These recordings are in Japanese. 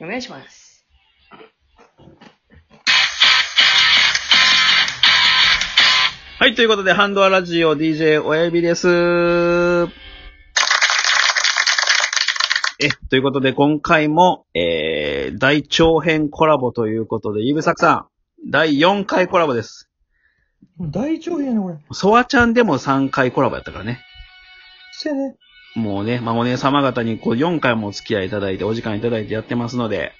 お願いします。はい、ということで、ハンドアラジオ DJ 親指です。え、ということで、今回も、えー、大長編コラボということで、ゆぶさくさん、第4回コラボです。もう大長編やね、これ。ソワちゃんでも3回コラボやったからね。せやね。もうね、まあ、お姉様方にこう4回もお付き合いいただいて、お時間いただいてやってますので、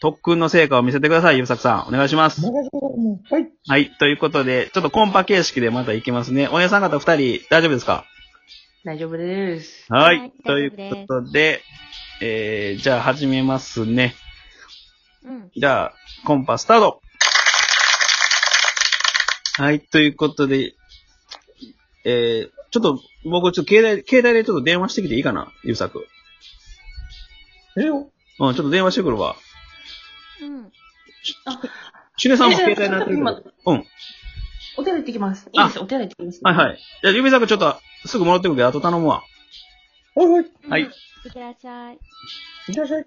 特訓の成果を見せてください、ゆぶさくさん。お願いします。任せてもう。はい。はい、ということで、ちょっとコンパ形式でまた行きますね。お姉さん方2人、大丈夫ですか大丈夫です。ははいい。とい大丈夫ですうことで、えー、じゃあ始めますね。うん。じゃあ、コンパスタートはい、ということで、えー、ちょっと、僕、ちょっと携帯、携帯でちょっと電話してきていいかなゆうさく。ええよ。うん、ちょっと電話してくるわ。うん。しゅねさんもえじゃあ携帯なってるけど今うん。お寺行ってきます。いいです。お寺行ってきます。はいはい。じゃあ、ゆうべさくちょっと、すぐ戻ってくるけど、後頼むわ。おいおい。はいうん。いってらっしゃい。いってらっしゃい。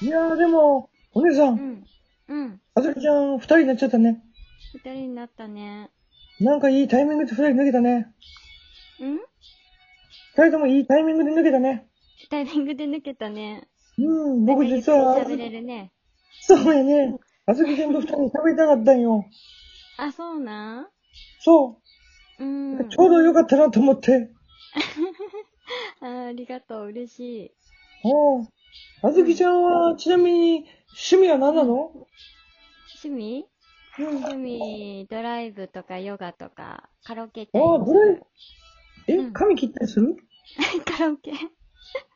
いやー、でも、お姉さ、うんん。うん。あずきちゃん、二人になっちゃったね。二人になったね。なんかいいタイミングで二人抜けたね。うん二人ともいいタイミングで抜けたね。タイミングで抜けたね。うん、僕実は、喋れるね。そうやね。あずきちゃんと二人食べたかったんよ。あ、そうなんそうう。ん。ちょうどよかったなと思って。あーありがとう。嬉しい。うん。あずきちゃんは、ちなみに、趣味は何なの趣味うん。趣味、ドライブとかヨガとか、カラオケ行ったりああ、ブレうえ、ん髪切ったりするカラオケ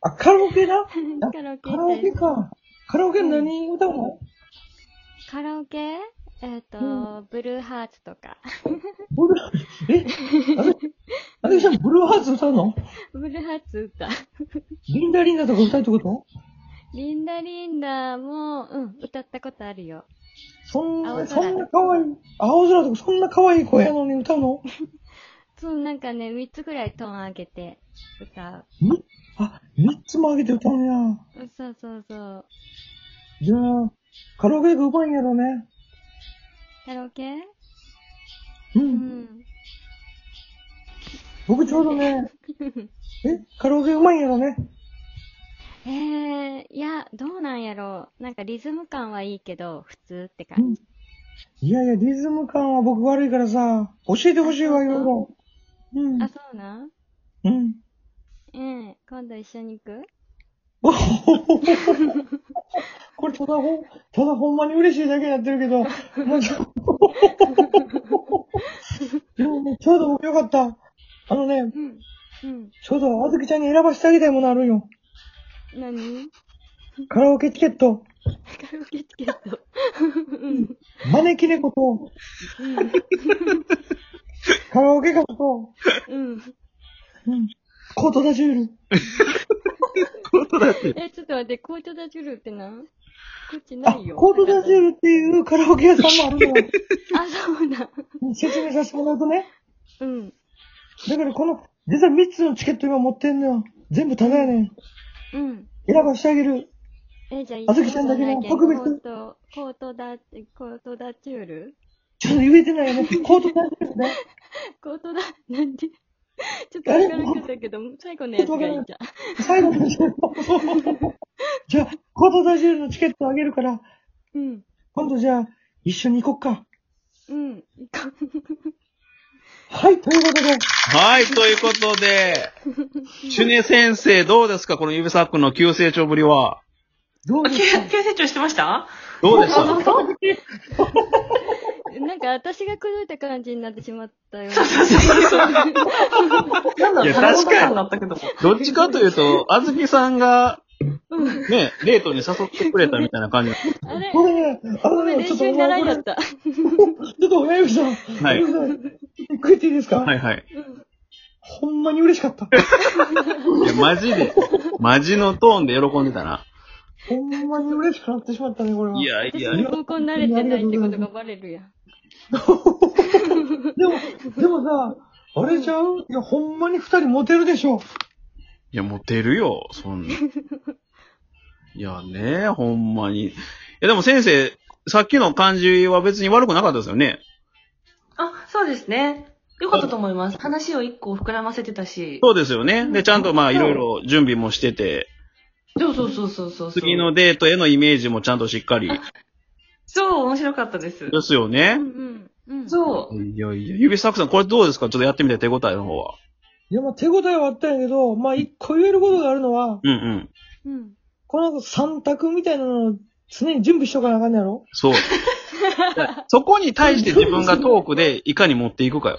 あ、カラオケ だカラオケカラ行ったオケりか。カラオケ何歌うのカラオケえっ、と、うブルーハーツとか。ブルー、えあず、あずきちゃんブルーハーツ歌うのブルーハーツ歌。リンダリンダとか歌うってことリンダリンダも、うん、歌ったことあるよ。そん青空な、そんな可愛い、青空とかそんな可愛い子やのに歌うのそう、なんかね、3つぐらいトーン上げて歌みあ、三つも上げて歌うんや。う。うんそうそうそう。じゃあ、カラオケがうまいんやろね。カラオケう。うんん。僕ちょうど ね、え、カラオケうまいんやろね。えー、いや、どうなんやろう。なんかリズム感はいいけど、普通ってうん感じ。いやいや、リズム感は僕悪いからさ、教えてほしいわ、いろいろ。うんあ、。そうなんうん。 ええ今度一緒に行くおほほほこれただほん、ただほんまに嬉しいだけになってるけど、もうちょっとでもね、ちょうど僕よかった。あのね、うん。うん。ちょうどあずきちゃんに選ばせてあげたいものあるんよ。 何カラオケチケット、カラオケチケット。うん。招き猫と、うん。カラオケカと、うん。うん、コートダジュール。え、ちょっと待って、コートダジュールってなんこっちあ、ないよ。コートダジュールっていうカラオケ屋さんもあるのよ。あ、そうなん。説明させてもらうとね。うん。だからこの、実は3つのチケット今持ってんのよ。全部タダやねん。うん。選ばしてあげる。え、じゃあ、あずきちゃんだけの特別コート、コートダ、コートダチュールちょっと言えてないよね。コートダジュールね。コートダ、 なんでちょっとわからなかったけど、最後のやつがいいじゃん。最後のチケット。じゃあ、コートダジュールのチケットあげるから、うん。今度じゃあ、一緒に行こっか。うん。 はい、ということで、はい、ということで、シュネ先生、どうですかこのゆべさくの急成長ぶりは。どうあで急すか急成長してましたどうで したなんか私がくどいた感じになってしまったよ。なんだろいやう、タラコ確かにさんだったけど。どっちかというと、あずきさんが、ね、デートに誘ってくれたみたいな感じ。あれこれね、あごのめん、ね、練ちょっ習と、に習いだちった。ょっと、親指さん、はい親指さん、食っていいですか、はいはい。ほんまに嬉しかった。いや、マジで、マジのトーンで喜んでたな。ほんまに嬉しくなってしまったね、これは。いやい私や、も高校慣れてないってことがバレるやん。でも、でもさ、あれちゃういや、ほんまに二人モテるでしょ。いや、モテるよ、そんな。いやね、ほんまに。いや、でも先生、さっきの感じは別に悪くなかったですよね。あ、そうですね。よかったと思います。話を一個膨らませてたし。そうですよね。で、ちゃんとまあ、いろいろ準備もしてて、そうそうそうそうそう。次の。デートへのイメージもちゃんとしっか り。そう、面白かったです。ですようね。んうん。うん。そいやいや、指作さん、これどうですかちょっとやってみて、手応えの方は。いや、まあ、手応えはあったんやけど、まあ、一個言えることがあるのは、うんうん。うん。この三択みたいなのを常に準備しとかなあかんのやろ そう。いやそこに対して自分がトークでいかに持っていくかよ。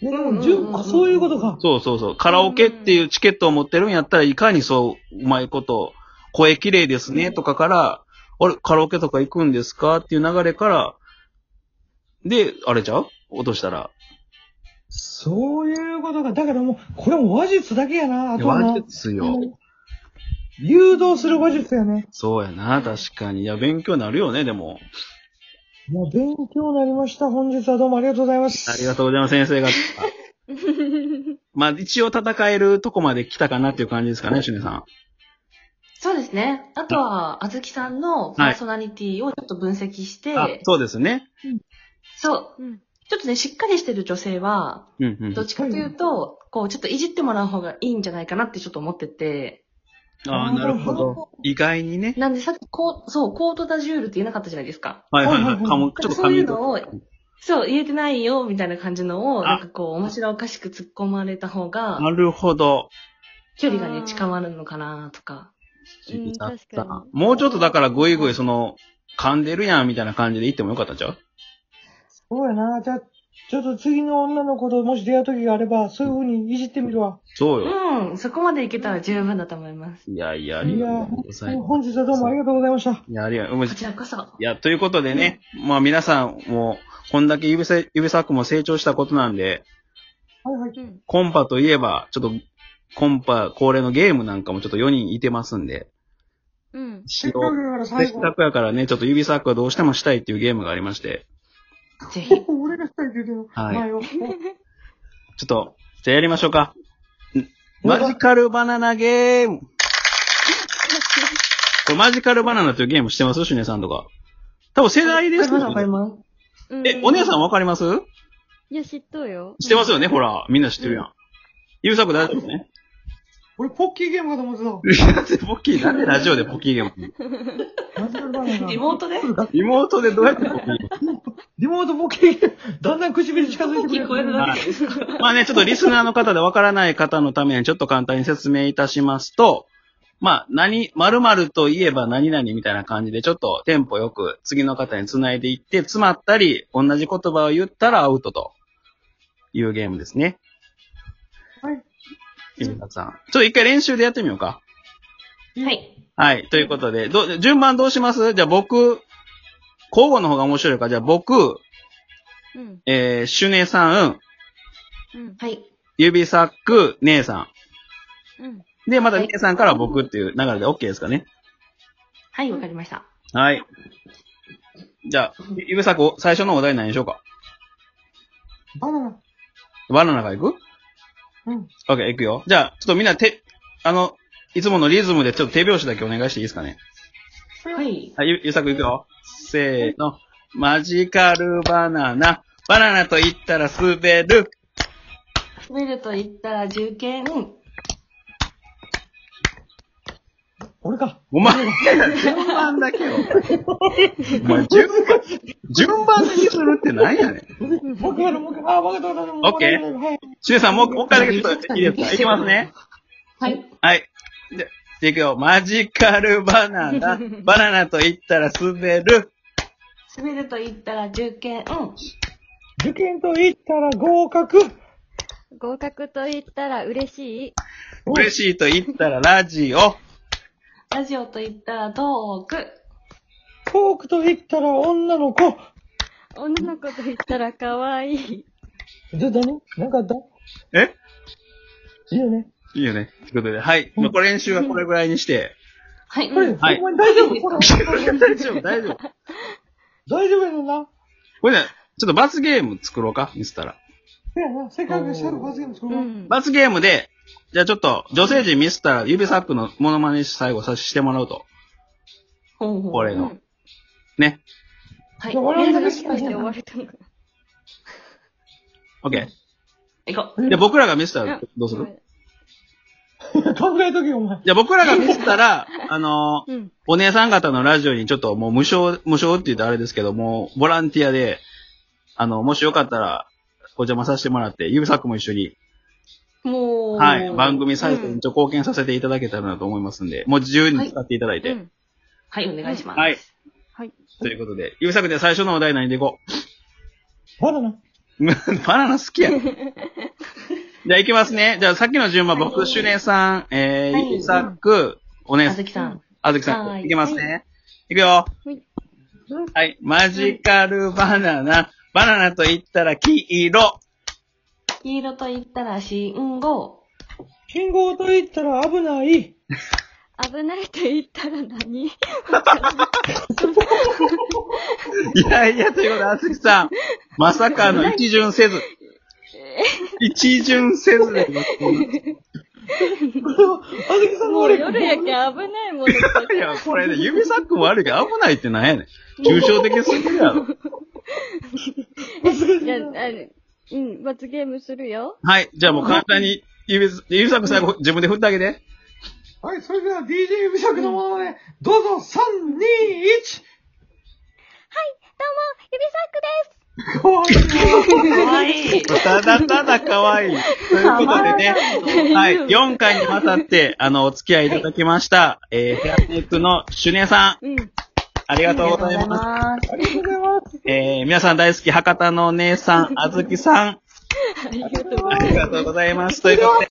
いや、でうんうんうんうも、ん準あ、そういうことか。そうそうそう。カラオケっていうチケットを持ってるんやったらいかにそう、うまいこと、声綺麗ですねとかから、あれ、カラオケとか行くんですかっていう流れから、で、あれちゃう落としたら。そういうことか。だからもう、これも話術だけやな、あとはな話。術よ。誘導する話術やね。そうやな、確かに。いや、勉強になるよね、でも。いや、勉強になりました。本日はどうもありがとうございます。ありがとうございます、先生が。まあ、一応戦えるとこまで来たかなっていう感じですかね、しゅねさん。う。そうですね。あとは、あずきさんのパーソナリティをちょっと分析して、あ、そうですね。そう。うん。ちょっとね、しっかりしてる女性は、うんうんどっ。ちかというと、こう、ちょっといじってもらう方がいいんじゃないかなってちょっと思ってて。ああ、なるほど。意外にね。なんでさっき、こう、そう、コートダジュールって言えなかったじゃないですか。はいはいははいはい。いはいかも、なんちょっかとそう髪いうの毛のを、そう、言えてないよ、みたいな感じのを、あなんかこう、面白おかしく突っ込まれた方が、なるほど。距離がね、近まるのかなとか。うんだった確かにもうちょっとだから、ぐいぐいその、噛んでるやんみたいな感じで言ってもよかったんちゃうそうやな。じゃあ、ちょっと次の女の子ともし出会う時があれば、そういう風にいじってみるわ。そうよ。うん、そこまでいけたら十分だと思います。いやいや、ありいがやとうございます。本日はどうもありがとうございました。いや、ありがとうごこざいます。ちらこそ。いや、ということでね、まあ皆さんも、こんだけ指さ、指サックも成長したことなんで、はいはい。うん。コンパといえば、ちょっと、コンパ恒例のゲームなんかもちょっと4人いてますんで、うん。しせっかよくうだからせ最っ後。かくやからね、ちょっと指サックはどうしてもしたいっていうゲームがありまして、ぜひ。俺がしたいって言うてよ。はい前をちょっと、じゃあやりましょうか。んマジカルバナナゲーム。これマジカルバナナというゲームしてますしねさんとか。多分世代ですよわかりね。ます。うんえ、お姉さんわかりますいや、知っとうよ。知ってますよねほら、みんな知ってるやん。ゆうさく大丈夫ですね。俺、ポッキーゲームかと思ってた。ポッキー、なんでラジオでポッキーゲームマジカルバナナリモートで妹でどうやってポッキーゲーリモートポッキーゲーム。だんだん唇近づいてくる。聞こえるだけですかムまあね、ちょっとリスナーの方でわからない方のためにちょっと簡単に説明いたしますと、まあ、何、〇〇といえば何々みたいな感じで、ちょっとテンポよく次の方に繋いでいって、詰まったり、同じ言葉を言ったらアウトというゲームですね。はい。ゆうさくさん。ちょっと一回練習でやってみようか。はい。はい。ということで、ど、順番どうしますじゃあ僕、交互の方が面白いから、じゃあ僕、うん。えー、シュネさん、うん。はい。指サック、姉さうん。ん。で、またはい姉さんから僕っていう流れで OK ですかね。はい、わかりました。はい。じゃあ、指サック、最初のお題何でしょうかバナナ。バナナがいくうん。 ?OK、いくよ。じゃあ、ちょっとみんな手、あの、いつものリズムでちょっと手拍子だけお願いしていいですかね。はい。はい、ゆ、ゆうさくいくよ。せーの。マジカルバナナ。バナナと言ったら滑る。滑ると言ったら受験。俺か。お前、順番だけよ。お前、順番、順番にするってなんやねん。もう一回やる、もう一回。あー、わかったわかった。オッケーー。はい。しゅさん、もう、もう一回だけちょっといいですかいきますね。はい。はい。で、でいくよ。マジカルバナナ。 バナナと言ったら滑る。滑ると言ったら受験。受験と言ったら合格。合格と言ったら嬉しい。嬉しいと言ったらラジオ。ラジオと言ったらトーク。トークと言ったら女の子。女の子と言ったら可愛い。で、何なんかあったえいいよね。いいよね。ということで、はい。まあ、これ練習はこれぐらいにして。はい。これ、はいほんまに大丈夫これ大丈夫、大丈夫。大丈夫やねんな。これね、ちょっと罰ゲーム作ろうか、見せたら。せやな、せっかくシャープ罰ゲーム作うろう。ん。罰ゲームで、じゃあちょっと、女性陣ミスったら指サップのモノマネ最後さしてもらうと。ほうほうこれうの。んね。はい。じゃあ我々メールだがけ失で敗した終わな。ると思う。オッケ行こー。で、僕らがミスったらどうする考えとけよ、お前。じゃあ僕らがミスったら、あのーうん。お姉さん方のラジオにちょっともう無償、無償って言うとあれですけども、ボランティアで、あの、もしよかったら、お邪魔させてもらって、指サックも一緒に、う。もう。はい、番。組サイトにちょっと貢献させていただけたらなと思いますんで、もう自由に使っていただいて。うん。はい、お願いします。はい。はい。ということで、指サックで最初のお題何でいこまだな。う バナナ好きやん。じゃあ行きますね。じゃあさっきの順番、はい僕、シュネさん、えー、はい指サック、お姉あさずん、きさん。あずきさん、はいいきますね。いくよ。はい。はい。マジカルバナナ。バナナと言ったら黄色。黄色と言ったら、信号。信号と言ったら危ない。危ないと言ったら 何いやいや、ということで、あずきさん。 まさかの一巡せず。一巡せずで。これは、あずきさんのも俺う夜やけん危ないものとかいや、これね、指サック悪いけど危ないってな んやねん。抽象的すぎるやろ。難しいいや、な。あの、うん、罰ゲームするよ。はい。じゃあもう簡単に指、指サック最後自分で振ってあげて。はい、それでは DJ 指作のもので、どうぞ、3、2、1。怖い。かわいい。ただただ可愛い。ということでね、はい、4回にわたって、あの、お付き合いいただきました、えー、ヘアメイクのシュネさん、どうも、指サックです。ありあがとうございます。ます。ありがとうございます。えー、皆さん大好き、博多のお姉さん、あずきさん、うん。ありがとうございますありがとうございます。ということで、